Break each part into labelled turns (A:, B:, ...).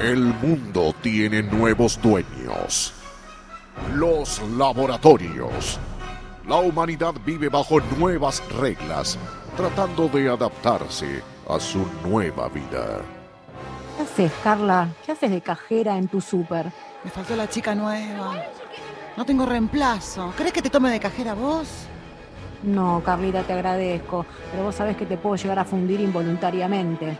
A: El mundo tiene nuevos dueños. Los laboratorios. La humanidad vive bajo nuevas reglas, tratando de adaptarse a su nueva vida.
B: ¿Qué haces, Carla? ¿Qué haces de cajera en tu súper?
C: Me faltó la chica nueva. No tengo reemplazo. ¿Crees que te tome de cajera vos?
B: No, Carlita, te agradezco, pero vos sabés que te puedo llegar a fundir involuntariamente.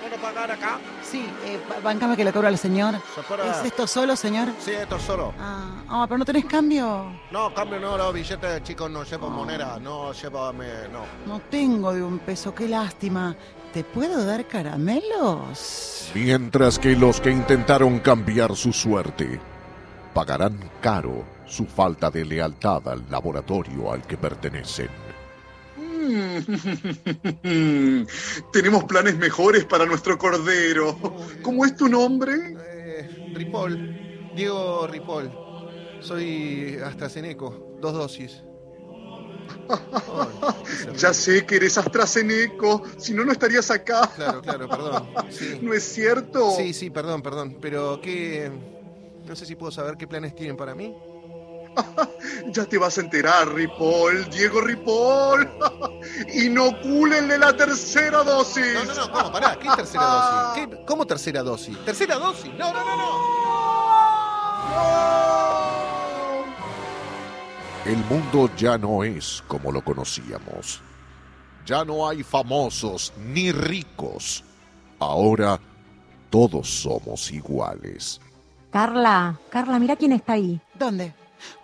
D: ¿Puedo pagar acá?
C: Sí, eh, ba- bancame que le cobro al señor.
D: ¿Se puede?
C: ¿Es esto solo, señor?
D: Sí, esto solo.
C: Ah, ah, pero no tenés cambio.
D: No, cambio no, los billetes chicos no llevo moneda, no llevo, me- no.
C: No tengo de un peso, qué lástima. ¿Te puedo dar caramelos?
A: Mientras que los que intentaron cambiar su suerte pagarán caro su falta de lealtad al laboratorio al que pertenecen.
E: Mm, Tenemos planes mejores para nuestro cordero. ¿Cómo es tu nombre?
D: Eh, Ripoll, Diego Ripoll. Soy AstraZeneco, dos dosis. Oh,
E: Ya sé que eres AstraZeneco, si no, no estarías acá.
D: claro, claro, perdón. Sí.
E: ¿No es cierto?
D: sí, sí, perdón, perdón. Pero qué... No sé si puedo saber qué planes tienen para mí.
E: Ya te vas a enterar, Ripoll, Diego Ripoll. Inocúlenle la tercera dosis.
D: No, no, no, ¿cómo? Pará, ¿qué tercera dosis? ¿Qué- ¿Cómo tercera dosis? ¿Tercera dosis? No, no, no, no.
A: El mundo ya no es como lo conocíamos. Ya no hay famosos ni ricos. Ahora todos somos iguales.
B: Carla, Carla, mirá quién está ahí.
C: ¿Dónde?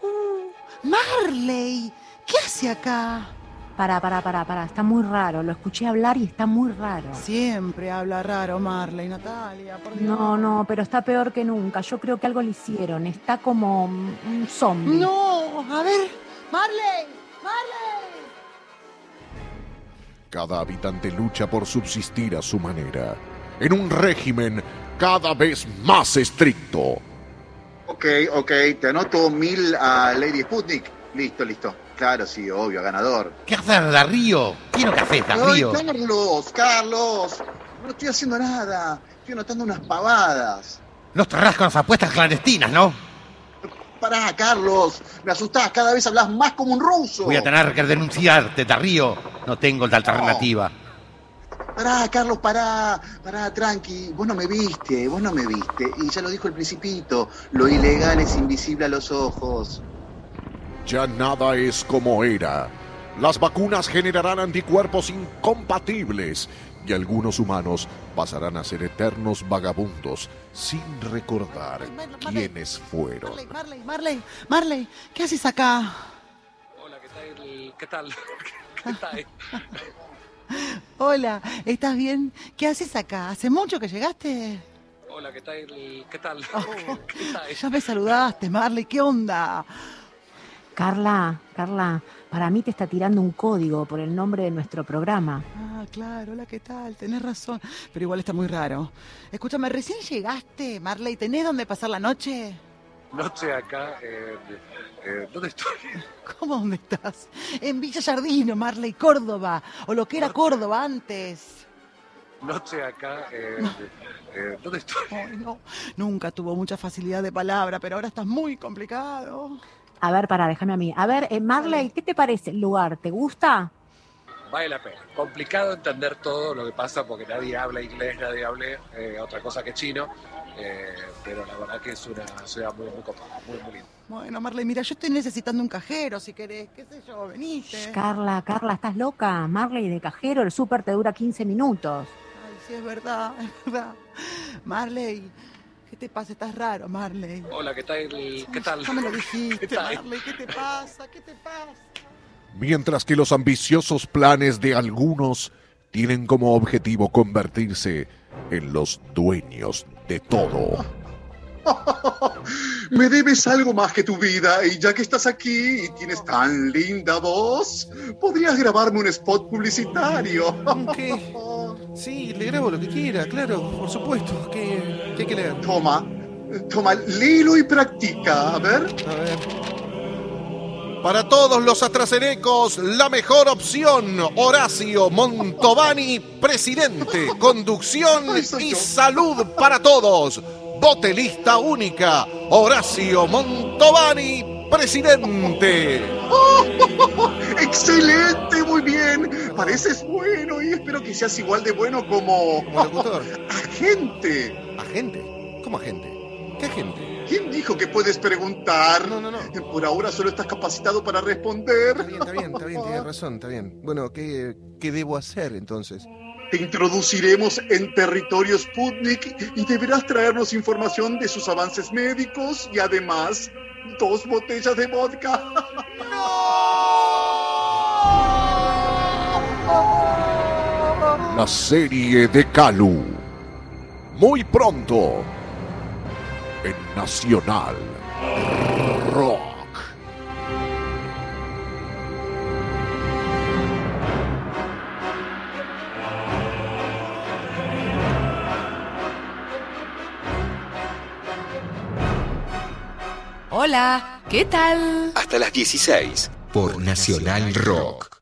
C: Uh, Marley, ¿qué hace acá?
B: Pará, pará, pará, pará. Está muy raro. Lo escuché hablar y está muy raro.
D: Ah.
C: Siempre habla raro Marley, Natalia, por Dios.
B: No, no, pero está peor que nunca. Yo creo que algo le hicieron. Está como un un zombie.
C: No, a ver, Marley, Marley.
A: Cada habitante lucha por subsistir a su manera, en un régimen cada vez más estricto.
F: Ok, ok, te anoto mil a Lady Sputnik. Listo, listo. Claro, sí, obvio, ganador.
G: ¿Qué haces, Darrío? Quiero que haces,
F: Ay,
G: Darrío.
F: Carlos, Carlos. No estoy haciendo nada. Estoy anotando unas pavadas.
G: Nos cerrás con las apuestas clandestinas, ¿no?
F: Pará, Carlos. Me asustás. Cada vez hablas más como un ruso.
G: Voy a tener que denunciarte, Darrío. No tengo la alternativa.
F: Pará, Carlos, pará. Pará, tranqui. Vos no me viste. Vos no me viste. Y ya lo dijo el principito. Lo ilegal es invisible a los ojos.
A: Ya nada es como era. Las vacunas generarán anticuerpos incompatibles y algunos humanos pasarán a ser eternos vagabundos sin recordar quiénes fueron.
C: Marley, Marley, Marley, Marley, ¿qué haces acá?
H: Hola, ¿qué tal? ¿Qué tal? ¿Qué tal?
C: Hola, ¿estás bien? ¿Qué haces acá? ¿Hace mucho que llegaste?
H: Hola, ¿qué tal? ¿Qué tal? ¿Qué
C: Ya
H: tal?
C: me saludaste, Marley, ¿qué onda?
B: Carla, Carla, para mí te está tirando un código por el nombre de nuestro programa.
C: Ah, claro, hola, ¿qué tal? Tenés razón, pero igual está muy raro. Escúchame, recién llegaste, Marley, ¿tenés dónde pasar la noche?
H: Noche acá. eh, eh, ¿Dónde estoy?
C: ¿Cómo dónde estás? En Villa Jardino, Marley, Córdoba, o lo que era Córdoba antes.
H: Noche acá. eh, eh, ¿Dónde estoy?
C: Ay, no, nunca tuvo mucha facilidad de palabra, pero ahora estás muy complicado.
B: A ver, pará, déjame a mí. A ver, eh, Marley, ¿qué te parece el lugar? ¿Te gusta?
H: Vale la pena. Complicado entender todo lo que pasa porque nadie habla inglés, nadie habla eh, otra cosa que chino. eh, pero la verdad que es una ciudad muy, muy copada, muy, muy linda.
C: Bueno, Marley, mira, yo estoy necesitando un cajero, si querés, qué sé yo,
B: Shh,
C: veniste.
B: Carla, Carla, ¿estás loca? Marley de cajero, el súper te dura 15 minutos.
C: Ay, sí, es verdad, es verdad. Marley, ¿qué te pasa? Estás raro, Marley.
H: Hola, ¿qué tal? ¿Qué tal?
C: Ya me lo dijiste,
H: ¿Qué tal?
C: Marley, ¿qué te pasa? ¿Qué te pasa?
A: mientras que los ambiciosos planes de algunos tienen como objetivo convertirse en los dueños de todo.
E: Me debes algo más que tu vida y ya que estás aquí y tienes tan linda voz, podrías grabarme un spot publicitario.
D: ¿Qué? Sí, le grabo lo que quiera, claro, por supuesto. ¿Qué, qué hay que leer?
E: Toma, toma, léelo y practica. A ver.
D: A ver.
A: Para todos los atracenecos, la mejor opción, Horacio Montovani, presidente. Conducción
E: Ay, soy
A: y
E: yo.
A: salud para todos. Vote lista única, Horacio Montovani, presidente.
E: ¡Excelente! ¡Muy bien! Pareces bueno y espero que seas igual de bueno como
D: Como locutor.
E: agente.
A: ¿Agente? ¿Cómo agente? ¿Qué agente?
E: ¿Quién dijo que puedes preguntar?
D: No, no, no.
E: Por ahora solo estás capacitado para responder.
D: Está bien, está bien, está bien, tienes razón, está bien. Bueno, ¿qué, qué debo hacer entonces?
E: Te introduciremos en territorio Sputnik y deberás traernos información de sus avances médicos y además dos botellas de vodka.
A: La serie de Calu. Muy pronto. En Nacional Rock.
I: Hola, ¿qué tal?
J: Hasta las 16 por Nacional Rock.